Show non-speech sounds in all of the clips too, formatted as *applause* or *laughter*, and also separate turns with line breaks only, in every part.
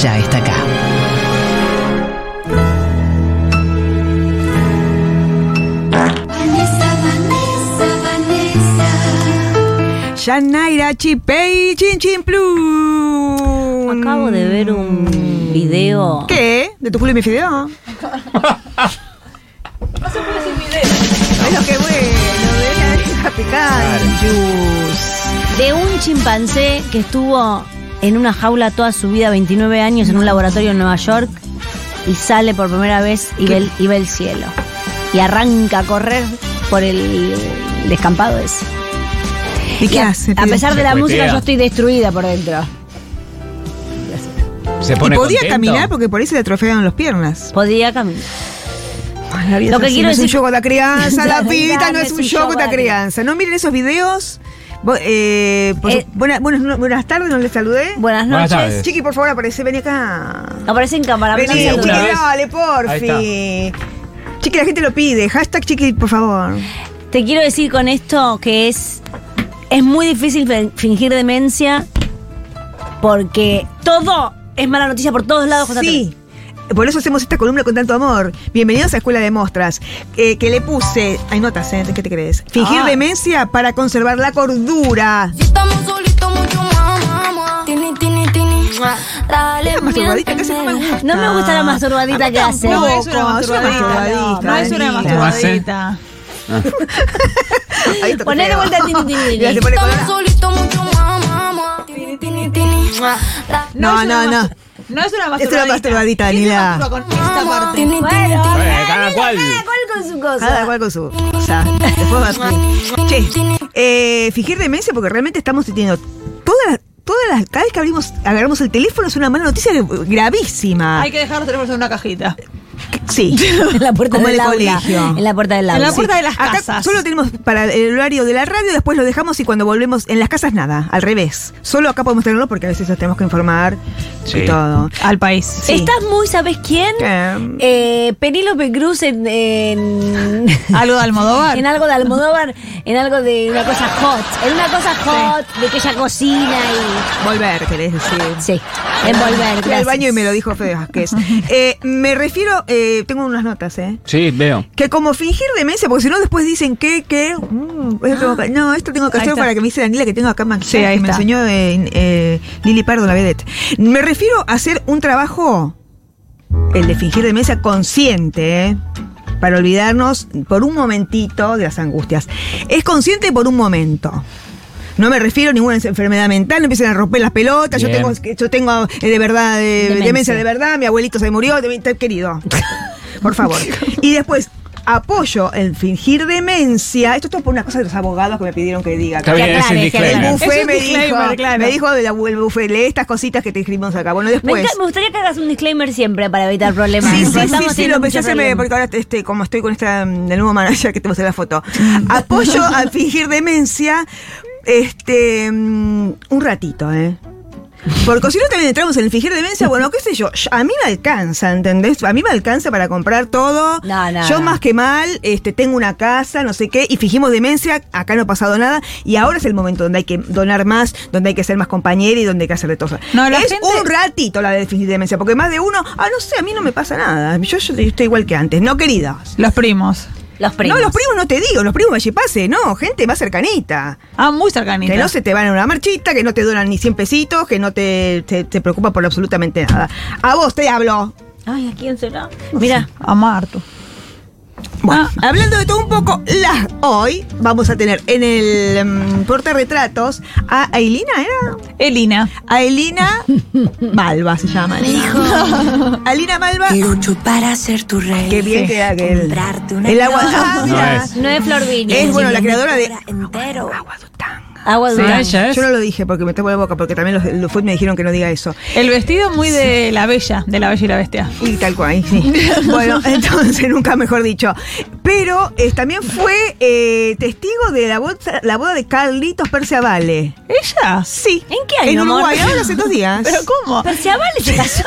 ya está acá.
Yanaira Chipei Chin Chin Plum.
Acabo de ver
Mm.
un video.
¿Qué? ¿De tu culo y mi
*laughs*
fideo? Pero qué bueno, debería haber hija picada. Yus.
De un chimpancé que estuvo en una jaula toda su vida, 29 años, en un laboratorio en Nueva York, y sale por primera vez y, ve el, y ve el cielo. Y arranca a correr por el, descampado ese.
¿Y qué
a,
hace?
a
pibe?
pesar de la
Cuetea.
música, yo estoy destruida por dentro.
Se
Y
pone
podía
contento.
caminar porque por ahí se le atrofiaban las piernas.
Podía caminar. Lo que quiero
no es un
decir-
yogo de crianza, la
Dale,
pita no es un yogo de
dale.
crianza. No miren esos videos. Bo- eh, por-
Eh.
buena- buenas, no- buenas tardes, no les saludé.
Buenas noches.
Buenas tardes.
Chiqui, por favor, aparece, vení acá.
Aparece en cámara.
Vení,
aparece en
chiqui,
alguna
cámara.
vez.
dale, porfi.
Ahí
Chiqui, la gente lo pide. Hashtag chiqui, por favor.
Te quiero decir con esto que es. Es muy difícil fe- fingir demencia porque todo es mala noticia por todos lados. José
Sí. Por eso hacemos esta columna con tanto amor. Bienvenidos a Escuela de Mostras. Eh, que le puse. Hay notas, ¿eh? ¿Qué te crees? Fingir
Ah.
demencia para conservar la cordura.
Si estamos solitos, mucho más, mamá. Tini, tini, tini. Dale,
La masturbadita casi no me gusta.
No me gusta la masturbadita
A mí
que hace.
tampoco,
No,
es una masturbadita.
masturbadita,
No es una
Anita.
¿Cómo hace?
masturbadita.
Ahí está
Poné de
feo.
vuelta
*laughs*
el tin, tin, tin,
Mira, se
tin.
pone
Estamos
colorada.
solitos, mucho más, mamá. Tini, tini, tini. Dale,
No,
es
no,
una
no.
mas- No es una
Es
masturbadita.
una masturbadita,
¿Quién se
Daniela.
masturba con esta
mamá.
parte?
Tini, tini,
Bueno,
Eh,
cada
cada cual.
cual con su cosa.
Cada cual con su cosa. Después Martín. Che, eh, fingir demencia porque realmente estamos teniendo todas las, todas las, cada vez que abrimos, agarramos el teléfono es una mala noticia gravísima.
Hay que dejar los teléfonos en una cajita.
Sí.
*laughs* *laughs* En la puerta
Como
del
en el
aula.
colegio.
En la puerta del
En
aula.
la puerta de las
Acá
casas.
solo tenemos para el horario de la radio, después lo dejamos y cuando volvemos en las casas nada, al revés. Solo acá podemos tenerlo porque a veces nos tenemos que informar y
Sí.
todo.
Al país.
Sí. Estás muy, ¿sabes quién?
¿Qué?
Eh, Penélope Cruz en, en,
*laughs*
Algo de Almodóvar.
en algo de Almodóvar, en algo de una cosa hot. En una cosa hot, de que ella cocina y.
Volver, querés decir.
Sí, envolver.
Fui al
gracias.
baño y me lo dijo Fede
*laughs*
Vázquez. Eh, me refiero, eh, tengo unas notas, ¿eh?
Sí, veo.
Que como fingir demencia, porque si no después dicen que, que, mm, esto tengo que- no, esto tengo que
Ah, Ahí
hacer
está.
para que me dice Daniela que tengo acá maquillaje,
Sí, ahí
que me
está.
enseñó eh, eh, Lili Pardo, la vedette. Me refiero a hacer un trabajo, el de fingir demencia consciente, ¿eh? para olvidarnos por un momentito de las angustias. Es consciente por un momento. No me refiero a ninguna enfermedad mental, no empiecen a romper las pelotas, yo
Bien.
tengo, yo tengo eh, de verdad, eh,
Demencia.
demencia. de verdad, mi abuelito se murió, de mi- te-
*laughs*
querido. Por favor.
*laughs*
Y después, apoyo el fingir demencia. Esto es todo por una cosa de los abogados que me pidieron que diga.
Está
Que
bien, es el
aclare, que aclare.
El
disclaimer.
Es
buffet
un
me dijo,
disclaimer, claro.
me dijo de la- el buffet, lee estas cositas que te escribimos acá. Bueno,
Me,
después.
encanta- me gustaría que hagas un disclaimer siempre para evitar problemas.
Sí, sí, sí,
Estamos
sí,
teniendo
lo empecé a
muchos
hacerme,
problemas.
porque ahora este, como estoy con esta mm, del nuevo manager que te puse la
*laughs*
foto. Apoyo a fingir demencia este mm, un ratito, ¿eh? Porque si no también entramos en el fingir demencia, bueno, qué sé yo, yo- a mí me alcanza, ¿entendés? A mí me alcanza para comprar todo.
No, no,
yo
no.
más que mal, este, tengo una casa, no sé qué, y fingimos demencia, acá no ha pasado nada, y ahora es el momento donde hay que donar más, donde hay que ser más compañera y donde hay que hacer de todo.
No, la
es
gente-
un ratito la de fingir demencia, porque más de uno, ah, no sé, a mí no me pasa nada. Yo, yo estoy igual que antes, no queridas.
Los primos.
Los primos.
No, los primos no te digo, los primos me pase, no, gente más cercanita.
Ah, muy cercanita.
Que no se te van en una marchita, que no te duran ni 100 pesitos, que no te, te, te preocupa por absolutamente nada. A vos te hablo.
Ay, ¿a quién será? Mira,
A Marto.
Bueno, Ah, hablando de todo un poco, la, hoy vamos a tener en el mm, portarretratos a Ailina, ¿era?
Elina.
*laughs* Ailina Malva se llama. Ailina Malva.
Quiero chupar a ser tu rey.
Qué bien que era que el,
Comprarte una
el agua. Ah,
No
mira.
es.
no es Flor Vigna.
Es, bueno, la creadora de
entero.
Aguadutanga.
Agua
Sí,
Durán.
ella es.
Yo no lo dije porque me tapo la boca, porque también los, los food me dijeron que no diga eso.
El vestido muy de la bella, de la bella y la bestia.
Y tal cual, ahí
*laughs*
sí. bueno, *laughs* entonces nunca mejor dicho. Pero eh, también fue eh, testigo de la, boda- la boda de Carlitos Perciavale.
¿Ella?
Sí.
¿En qué año,
En
amor?
Uruguay, ahora hace dos
*laughs*
días.
¿Pero cómo?
Perciabale se casó.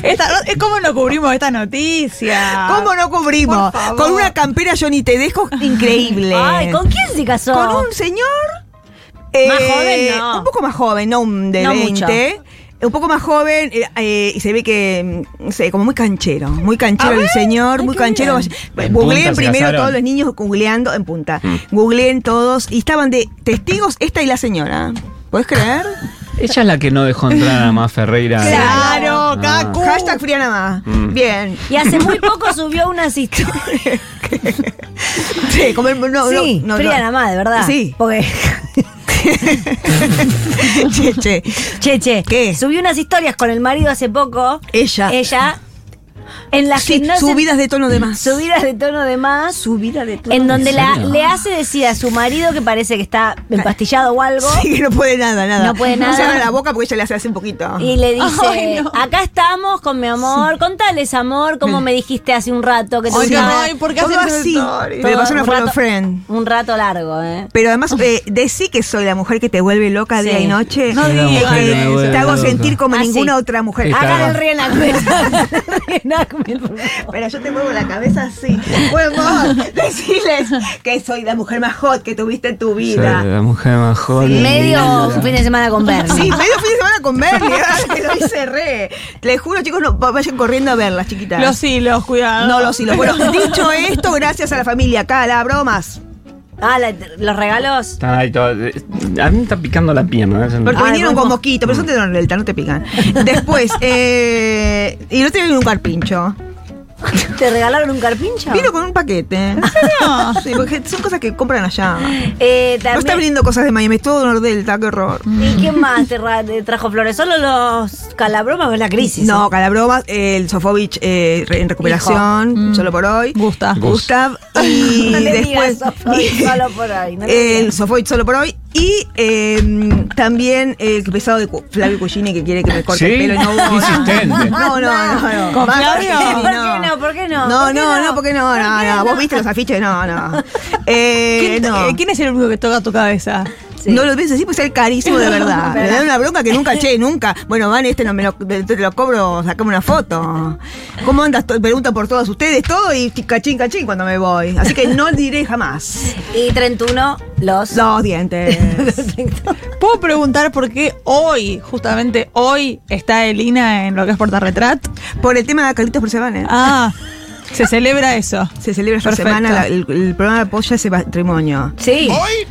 Esta no- eh, ¿Cómo no cubrimos esta noticia?
¿Cómo no cubrimos?
Por favor.
Con una campera Johnny Tedesco increíble.
Ay, ¿con quién se casó?
Con un señor. eh,
Más joven, no.
Un poco más joven, no un de
No
20. Un poco más joven, eh, eh, y se ve que, mm, no sé, como muy canchero. Muy canchero el señor, muy canchero. Googleen
En punta se Mm.
primero
casaron.
todos los niños googleando en punta. Googleen todos, y estaban de testigos esta y la señora. ¿Puedes creer?
Ella es la que no dejó entrar a más Ferreira.
Claro,
Ah.
Cacu. Hashtag Friana más.
Mm.
Bien.
Y hace muy poco subió una *laughs* historia.
Sí, como el- no, no,
sí,
no, no.
fría nada más, de verdad.
Sí.
Porque,
*laughs* che, che.
che, che.
¿Qué?
Subió unas historias con el marido hace poco.
Ella.
Ella. En las
Sí,
que no se-
subidas de tono de más.
Subidas de tono de más.
Subida de tono.
en donde
¿En
la,
serio?
le hace decir a su marido que parece que está empastillado o algo.
Sí, que no puede nada, nada.
No puede nada.
Cierra la boca porque ella le hace así un poquito.
Y le dice,
Ay, no.
acá estamos con mi amor, contales amor, como me dijiste hace un rato que te
Ay,
gustaba".
ay, ¿por qué
Todo
haces
así.
eso?
Pero pasó una
un
follow
rato-
friend.
Un rato largo, ¿eh?
Pero además, eh, decí que soy la mujer que te vuelve loca
Sí.
día y noche.
No
Eh,
digas.
que
La mujer que
me
te
vuelve
hago
loca.
sentir como
Ah, sí.
ninguna otra mujer.
Está.
Hagan el reenactment. Hagan el reenactment, por
*laughs*
*laughs* favor.
Pero yo te muevo la cabeza así. Bueno,
*laughs*
decirles que soy la mujer más hot que tuviste en tu
Soy
vida.
la mujer más joven.
Medio fin de semana con Bernie.
Sí, medio fin de semana con Bernie, *laughs* ahora que lo hice re. Les juro, chicos, no vayan corriendo a verlas, chiquitas.
Los hilos, cuidado.
No los hilos. Bueno, dicho esto, gracias a la familia Calabro más.
Ah, la- los regalos.
Está ahí todo- A mí me está picando la pierna. ¿eh?
Porque
Ay,
vinieron
bueno.
con mosquito, pero son de Don Delta, no te
*laughs*
pican. Después, eh, y no tienen un carpincho.
¿Te regalaron un carpincho?
Vino con un paquete. Sí, porque son cosas que compran allá.
Eh,
No está
también-
viniendo cosas de Miami, es todo Nordelta, qué horror.
¿Y quién más te, ra- te trajo flores? ¿Solo los calabromas o la crisis?
No, Calabromas, el Sofovich eh, re- en recuperación,
Hijo. Mm.
solo por hoy.
Gusta.
Gustav. Y
*laughs* no le
después.
digas
*laughs*
Sofovich, solo por ahí. no le
El
digas.
Sofovich solo por hoy. Y eh, también el pesado de Cu- Flavio Cugini que quiere que me corte
¿Sí?
el pelo. y No, hubo, no. *laughs*
Insistente.
no, no, no, no.
¿Con
Más
Flavio?
Cugini,
¿Por qué no? ¿Por qué no?
No,
¿Por qué
no,
no?
no, ¿por qué no?
¿Por
No,
qué
no.
no?
¿Vos viste los afiches? No,
*laughs*
no. Eh,
*laughs* ¿Quién,
no.
eh, quién es el único que toca tu cabeza?
Sí.
No lo ves así, pues es carísimo de
*laughs*
verdad. Me dan una bronca que nunca, che, nunca. Bueno, van, este no me lo, te te lo cobro, sacame una foto. ¿Cómo andas? To- Pregunta por todos ustedes, todo y cachín, cachín cuando me voy. Así que no diré jamás.
Y 31, los.
Los *laughs* dientes.
¿Puedo preguntar por qué hoy, justamente hoy, está Elina en lo que es Portarretrat?
Por el tema de Carlitos por semana. ¿eh?
Ah, se celebra eso.
Se celebra esta
Perfecto.
semana la- el, el programa de apoyo a ese matrimonio.
Sí.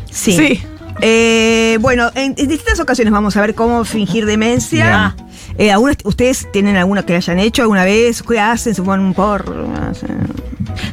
Sí.
Sí.
Eh, bueno, en, en distintas ocasiones vamos a ver cómo fingir demencia. Eh, ¿algunos- ¿Ustedes tienen alguna que hayan hecho alguna vez? ¿Qué hacen? ¿Se fuman un porro? ¿Hacen-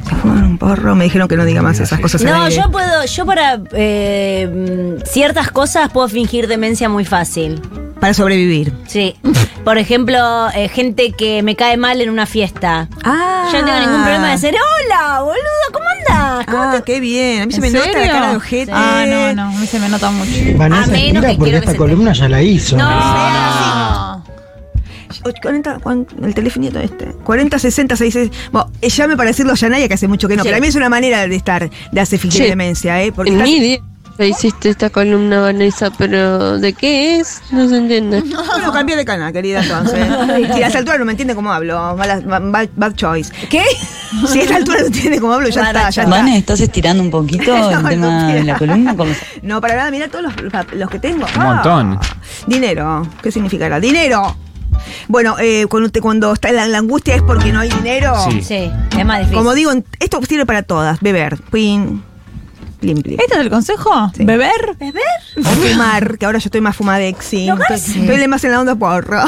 ¿Se fuman un porro? Me dijeron que no diga más esas cosas. al
No,
aire.
yo puedo, yo para eh, mm, ciertas cosas puedo fingir demencia muy fácil.
Para sobrevivir.
Sí. Por ejemplo, eh, gente que me cae mal en una fiesta.
Ah.
Yo no tengo ningún problema de decir, hola, boludo, ¿cómo andás? ¿Cómo
Ah, qué bien. A mí se me
¿En
nota la
serio?
cara de ojete.
Ah, no, no, a mí se me nota mucho.
A menos
Vanessa espera
que
porque
quiero que
esta
se-
columna ya la hizo.
Ah.
Och- 40, cuan- el telefonito este. 40, 60, 66. Bueno, eh, llame para decirlo a Yanaya, que hace mucho que no.
Sí.
Pero a mí es una manera de estar, de hacer fingir
Sí.
demencia, ¿eh? Porque
En
estás-
mi día hiciste esta columna, Vanessa, pero ¿de qué es? No se entiende.
Bueno, cambié de canal, querida, entonces. ¿eh? Si a esa altura no me entiende cómo hablo, mala- ma- bad, bad choice. ¿Qué? Si a esa altura no entiende cómo hablo, ya
Mala
está, ya
choice.
*laughs* está.
¿estás estirando un poquito
No, no, mira.
¿Cómo
No, para nada, mirá todos los, los que tengo. Ah,
Un montón.
Dinero. ¿Qué significará? ¡Dinero! Bueno, eh, cuando, te- cuando está la, la angustia es porque no hay dinero.
Sí.
Sí, es más difícil.
Como digo, en- esto sirve para todas. Beber. Pin. Plim, plim.
¿Este es el consejo?
Sí.
¿Beber?
O fumar, que ahora yo estoy más fumadexi. Estoy, estoy más en la onda
*laughs*
porro.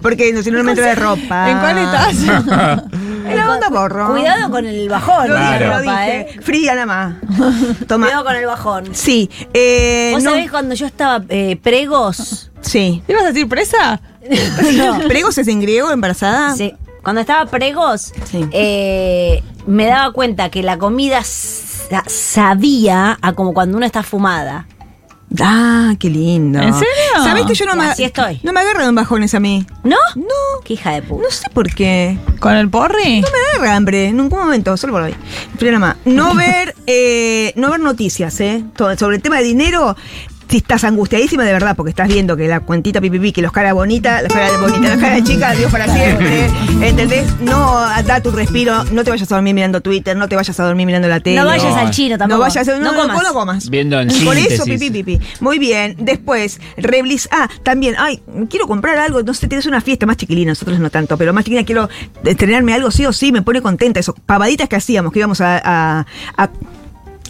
Porque no, si no, no me entra de ropa.
¿En cuál estás? *laughs*
En la onda porro.
Cuidado con el bajón,
Lo
de
dije,
la
lo
ropa,
dije.
¿eh?
Fría nada más.
*laughs* Cuidado
Toma.
con el bajón.
Sí. eh,
¿Vos
no-
sabés cuando yo estaba eh, pregos? *laughs*
Sí.
¿Ibas a decir presa?
*laughs*
No.
¿Pregos es en griego, embarazada?
Sí. Cuando estaba pregos,
Ah. Sí.
eh, me daba cuenta que la comida s- sa- sabía a como cuando uno está fumada.
Ah, qué lindo.
¿En serio?
¿Sabés que yo no
Y
me,
así estoy.
no me agarran bajones a mí?
¿No?
No,
Qué hija de puta.
no sé por qué.
¿Con el porri?
No me agarra hambre, en ningún momento, solo por hoy. Pero nada más, no ver, eh, no ver noticias, ¿eh? To- Sobre el tema de dinero, si estás angustiadísima de verdad, porque estás viendo que la cuentita pipipi, que los caras bonitas, las caras bonitas, las caras chicas, Dios para siempre. ¿Entendés? No da tu respiro, no te vayas a dormir mirando Twitter, no te vayas a dormir mirando la tele.
No vayas al chino tampoco.
No vayas a
No
no, no,
comas.
no comas.
Viendo en
Por eso,
síntesis.
pipi, pipi. Muy bien. Después, Reblis. Ah, también. Ay, quiero comprar algo. No sé, tenés una fiesta más chiquilina. Nosotros no tanto, pero más chiquilina quiero estrenarme algo sí o sí. Me pone contenta. Eso, pavaditas que hacíamos, que íbamos a. a, a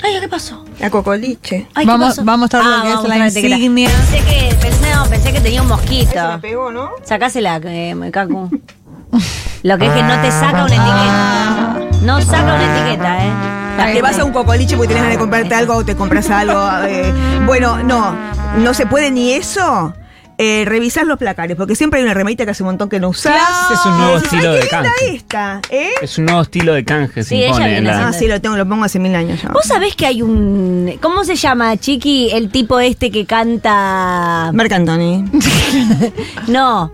Ay, ¿qué pasó?
a Cocoliche.
Ay, ¿qué
Vamos,
pasó?
vamos a
Ah,
estar
vamos
lo
a
que
la
es la
etiqueta.
insignia.
Pensé que, pensé, no, pensé que tenía un mosquito.
pegó, ¿no?
Sacásela, eh, me caco. Lo que es que no te saca una etiqueta. No saca una etiqueta, ¿eh?
Te vas a un cocoliche porque tenés ganas de comprarte algo o te compras algo. eh, bueno, no, no se puede ni eso. Eh, revisás los placares, porque siempre hay una remerita que hace un montón que no usás.
Este es un nuevo
Ay,
estilo de
qué linda
canje.
esta, ¿eh?
Es un nuevo estilo de canje,
Sí,
se
ella
impone.
viene
en la-
Ah, sí, lo tengo, lo pongo hace mil años ya.
Vos sabés que hay un. ¿Cómo se llama, Chiqui? El tipo este que canta.
Marc *laughs* Anthony.
No.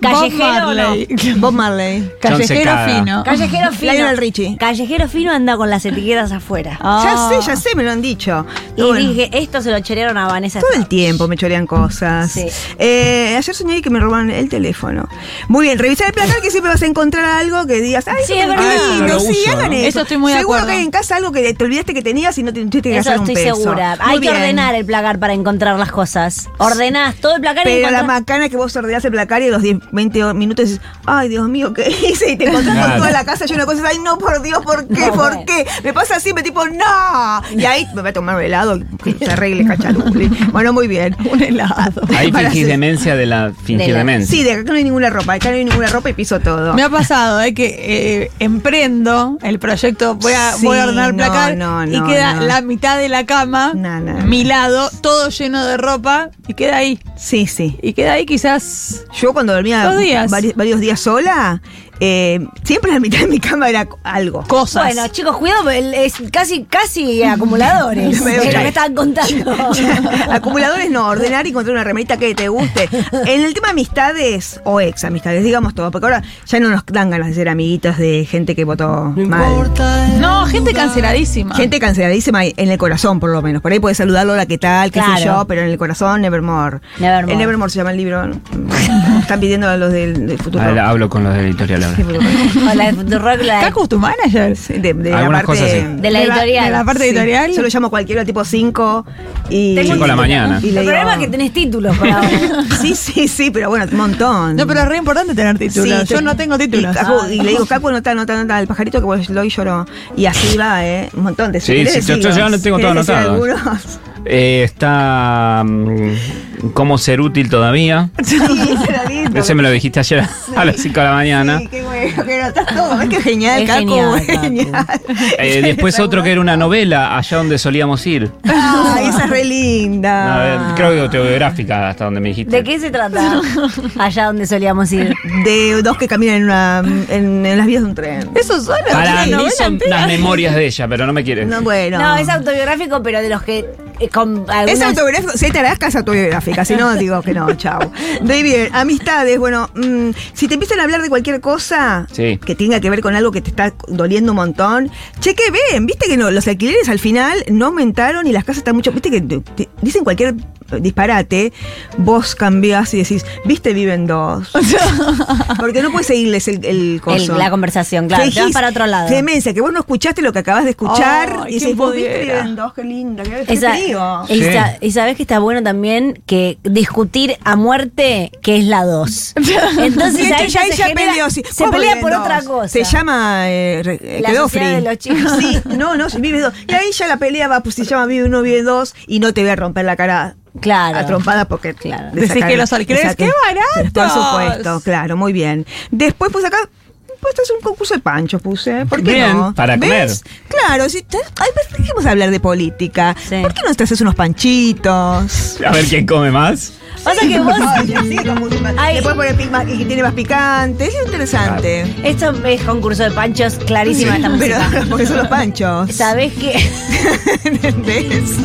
Callejero
Bob
no.
Marley.
Bob Marley.
Callejero
Secada.
fino.
Callejero fino.
Lionel Richie.
Callejero fino anda con las etiquetas afuera.
Ya sé, ya sé, me lo han dicho.
Ah. Y
Bueno,
dije, esto se lo chorearon a Vanessa.
Todo el tiempo me chorean cosas.
Sí.
Eh, ayer soñé que me robaron el teléfono. Muy bien, revisar el placar que siempre vas a encontrar algo que digas, ay,
Sí,
qué
es verdad. Ah,
lindo,
No lo
sí,
uso,
hagan
¿no?
eso.
Eso estoy muy de
Seguro
acuerdo.
que hay en casa algo que te olvidaste que tenías y no te tuviste que
Eso
gastar un
estoy
peso.
segura.
Muy
Hay que
bien.
ordenar el placar para encontrar las cosas. Ordenás todo el placar y
Pero la
encontrás-
macana que vos ordenás el placar y a los 10, 20 minutos dices, ay, Dios mío, ¿qué hice? Y te encontrás con
Claro.
toda la casa llena de cosas, ay, no, por Dios, ¿por qué?
No,
¿Por
bueno.
qué? Me pasa siempre, tipo, no. Y ahí me voy a tomar un helado, que se arregle, cacharule. Bueno, muy bien. *laughs* Un helado.
Ahí fingís demencia de la fingir
De la-
demencia.
Sí, de acá no hay ninguna ropa, acá no hay ninguna ropa y piso todo.
Me ha pasado eh, que eh, emprendo el proyecto, voy a,
Sí,
voy a ordenar el
no,
placar
no,
y
no,
queda
no.
la mitad de la cama,
No, no, no.
mi lado, todo lleno de ropa y queda ahí.
Sí, sí.
Y queda ahí quizás...
Yo cuando dormía
Dos días.
vari- varios días sola, eh, siempre la mitad de mi cama era algo.
Cosas.
Bueno, chicos, cuidado, el- es casi, casi *laughs* acumuladores.
Me
es lo
doy.
que estaban *laughs* contando.
*laughs* Acumuladores no, ordenar y encontrar una remerita que te guste. En el tema amistades o ex amistades, digamos todo, porque ahora ya no nos dan ganas de ser amiguitos de gente que votó mal.
no, gente canceladísima.
Gente canceladísima en el corazón, por lo menos. Por ahí puedes saludarlo, hola, ¿qué tal? ¿Qué
Claro.
sé yo? Pero en el corazón, Nevermore.
Nevermore.
El Nevermore se llama el libro. ¿no? Están pidiendo a los del, del futuro.
Ah, la- hablo con los de editorial ahora.
Con la de Futurock, la de-
¿Cacus tu manager?
Sí, de, de la
Algunas
parte,
cosas sí.
De la editorial.
De la parte
Sí.
editorial.
Yo lo llamo cualquiera, tipo 5 y.
Tengo
Cinco de la mañana.
Y le digo-
El problema es que tenés títulos *laughs* para ahora.
*laughs* Sí, sí, sí, pero bueno, un montón.
No, pero es re importante tener títulos.
Sí,
Yo
te-
no tengo títulos.
Y, Cacu- y le digo, Cacu, nota, nota, nota, el pajarito que vos lo y lloró. Y así va, ¿eh? Un montón de
Sí, sí, yo- yo ya no tengo todo anotado. Eh, está mm, cómo ser útil todavía.
*laughs*
*laughs*
sí, ese era lindo.
Ese me lo dijiste ayer a- a las 5 de la mañana.
Sí, qué bueno, que anotás todo. ¿Ves qué genial,
Es
Cacu?
genial, Cacu.
genial.
Eh,
*laughs*
después otro que era una novela, allá donde solíamos ir.
Ay, esa es re
Una
linda.
novela- creo que autobiográfica hasta donde me dijiste.
¿De qué se trata? Allá donde solíamos ir.
De dos que caminan en, una- en- en las vías de un tren.
Eso suena
Para
una
mí
novela
son
entera.
las memorias de ella, pero no me quieres.
No, bueno.
No, es autobiográfico, pero de los que. eh, con
Es
algunas-
autobiográfico, si te Tarasca es autobiográfica, si
*laughs*
no digo que no, chau. Muy bien, amistades, bueno, mm, si te empiezan a hablar de cualquier cosa
Sí.
que tenga que ver con algo que te está doliendo un montón, che, que ven, viste que no, los alquileres al final no aumentaron y las casas están mucho, viste que te- te dicen cualquier disparate, vos cambiás y decís, viste, viven dos.
*laughs*
Porque no puedes seguirles el, el coso.
El- la conversación, claro, te
Fingís
vas para otro lado.
Demencia, que vos no escuchaste lo que acabas de escuchar
Ay,
y decís,
¿quién
vos viste,
pudiera?
viven dos, qué linda, qué, qué
Esa-
te digo.
y,
Sí.
sa- y sabes que está bueno también que discutir a muerte, que es la *laughs* 2. Entonces
Sí,
ahí
ya
ya se,
ella
genera-
peleó, sí.
se
¿Cómo
pelea
viven
por
dos?
otra cosa.
Se llama eh, re- eh,
La
Kedofri.
sociedad de los chicos.
*laughs* Sí, no, no, vive dos. Y ahí ya la pelea va, pues se llama vive uno, vive dos, y no te voy a romper la cara
Claro.
a trompadas porque
Claro.
de
Decís
sacar-
que los alquileres,
de sacar-
¡qué baratos!
Por supuesto, claro, muy bien. Después, pues acá dispuesta a hacer un concurso de pancho, puse. ¿Por qué
Bien,
no?
para comer.
Claro, si te- ay, pues, dejemos de hablar de política.
Sí.
¿Por qué no te haces unos panchitos?
A ver quién come más.
Pasa
*laughs*
que vos.
Ay, sí, como-
Ay.
Le puedes poner pic- más- y que tiene más picante. Es interesante.
Esto es concurso de panchos, clarísima esta
Pero *laughs*
música.
porque son los panchos.
Sabés que
*laughs* ¿Entendés?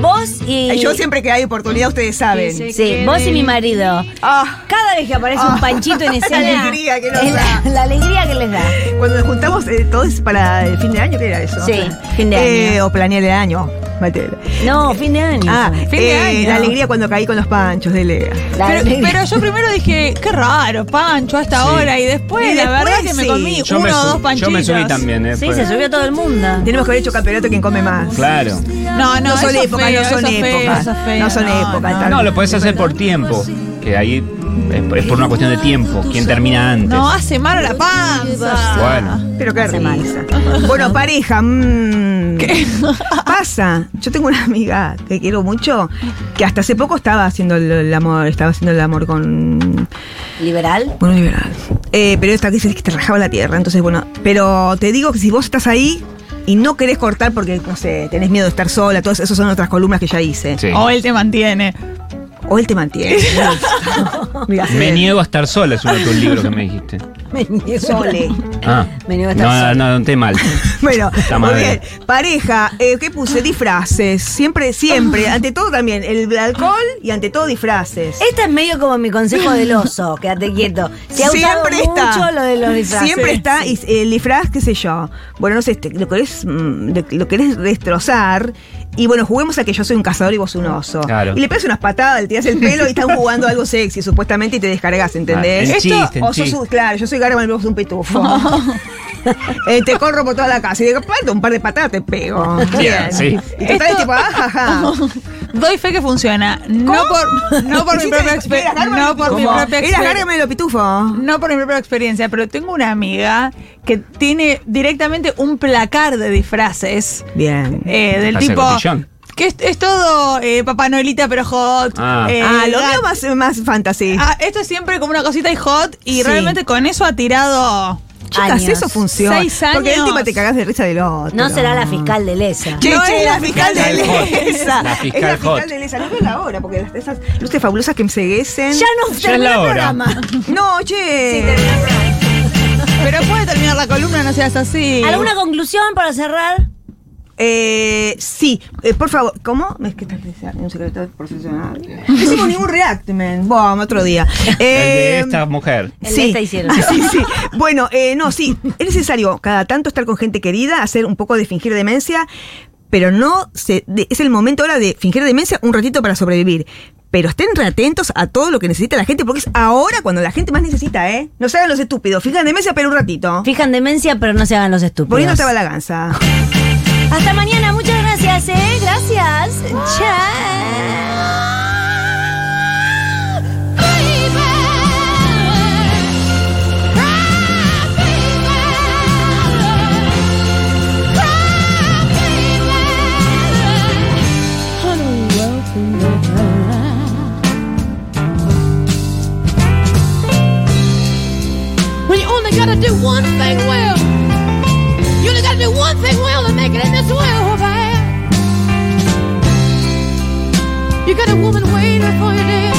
vos y.
Yo siempre que hay oportunidad, ustedes saben.
Sí, vos y mi marido.
Ah,
Cada vez que aparece un
Ah.
panchito
*laughs*
en
La
escena.
alegría que nos
es la,
da.
la alegría que les da.
cuando nos juntamos eh, todos para el fin de año, ¿qué era eso?
Sí, fin de
Eh,
año.
o planear el año. Mateo. *laughs*
No, fin de año.
Ah,
Fin de
eh,
año.
la alegría cuando caí con los panchos de Lea.
La
Pero,
alegría.
pero yo primero dije, qué raro, Pancho, hasta ahora. Y después,
Y
la
después
verdad que me
sí.
comí
Yo,
uno
me,
o dos
su-
panchitos.
yo me subí también, ¿eh?
sí,
Fue-
se subió todo el mundo.
Tenemos que haber hecho campeonato quien come más.
Claro.
No, no,
No son
eso
épocas,
feo,
no son
eso feo,
épocas.
eso feo,
No son épocas, tal-
No, lo podés hacer por tiempo. Que ahí es- es por una cuestión de tiempo. ¿Quién termina antes?
No, hace mal a la panza.
Bueno.
Pero qué risa. Bueno, pareja. mm. Pasa. Yo tengo una amiga que quiero mucho, que hasta hace poco estaba haciendo el, el amor, estaba haciendo el amor con
Liberal.
Bueno, liberal. Eh, pero esta que dice que te rajaba la tierra, entonces bueno. Pero te digo que si vos estás ahí y no querés cortar porque, no sé, tenés miedo de estar sola, todas esas son otras columnas que ya hice.
Sí.
O Oh, él te mantiene.
O él te mantiene. Mira, se
Me
ve.
niego a estar sola, es uno de tus libros que me dijiste.
Me niego.
Sole.
Ah.
Me niego a estar sola.
No, no, no, te mal.
*laughs* Bueno,
La
muy
madre.
bien. Pareja, eh, ¿qué puse? Disfraces. Siempre, siempre. Ante todo también, el alcohol y ante todo disfraces.
Este es medio como mi consejo del
*laughs*
oso, quédate quieto. Te ha gustado
Siempre está.
mucho lo de los disfraces.
Siempre está y, eh, el disfraz, qué sé yo. Bueno, no sé, te- lo querés, mm, de- lo querés destrozar. Y bueno, juguemos a que yo soy un cazador y vos un oso.
Claro.
Y le pegas unas patadas, le tiras el pelo y están jugando algo sexy, supuestamente, y te descargas, ¿entendés?
Ah, en chiste, en
o sos
chiste.
un- claro, yo soy Garman y vos un pitufo. Eh, te corro por toda la casa y de repente un par de patadas te pego.
Bien, sí.
Y total es tipo, ah, ja, ja. *laughs*
Doy fe que funciona. No por, no por mi
Hiciste-
propia
eras
experiencia.
Garman y
No por mi
pitufo.
propia
Eras
experiencia.
Garman y lo pitufo.
No por mi propia experiencia, pero tengo una amiga que tiene directamente un placar de disfraces
Bien.
eh, del
Hace
tipo.
cotillón.
Que es, es todo eh, Papá Noelita, pero hot.
Ah.
eh,
ah, lo
gat-
veo más, más fantasy.
Ah, esto es siempre como una cosita y hot, y
Sí.
realmente con eso ha tirado.
Chicas,
Años.
eso funciona.
Seis
Porque
años.
encima te cagás de risa del otro.
No será la fiscal de Lesa.
Che,
No
che,
es
la
la
fiscal de
fiscal hot.
Lesa.
La
es la
fiscal
fiscal
hot.
de Lesa. No veo la hora, porque las- esas luces fabulosas que enseguecen.
Ya no
Ya es
terminó
la
el
hora.
programa.
No, che.
Pero puede terminar la columna, no seas así.
¿Alguna conclusión para cerrar?
Eh, sí, eh, por favor, ¿cómo? Es que estás en un secreto profesional. No hicimos ningún react, man. Bueno, otro día.
El de
Eh,
esta mujer.
El de esta hicieron.
Ah, *laughs* sí, sí. Bueno, eh, no, sí. Es necesario cada tanto estar con gente querida, hacer un poco de fingir demencia, pero no se, de- es el momento ahora de fingir demencia un ratito para sobrevivir. Pero estén re atentos a todo lo que necesita la gente, porque es ahora cuando la gente más necesita, ¿eh? No se hagan los estúpidos. Fijan demencia, pero un ratito.
Fijan demencia, pero no se hagan los estúpidos.
Poniéndote a la ganza.
Hasta mañana, muchas gracias, ¿eh? Gracias. Chao.
When you only gotta do one thing well, you only gotta do one thing well to make it in this world, babe. You got a woman waiting for you there.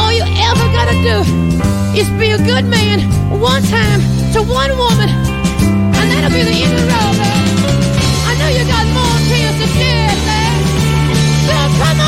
All you ever gotta do is be a good man one time to one woman, and that'll be the end of the road, babe. I know you got more tears to shed, babe. So come on.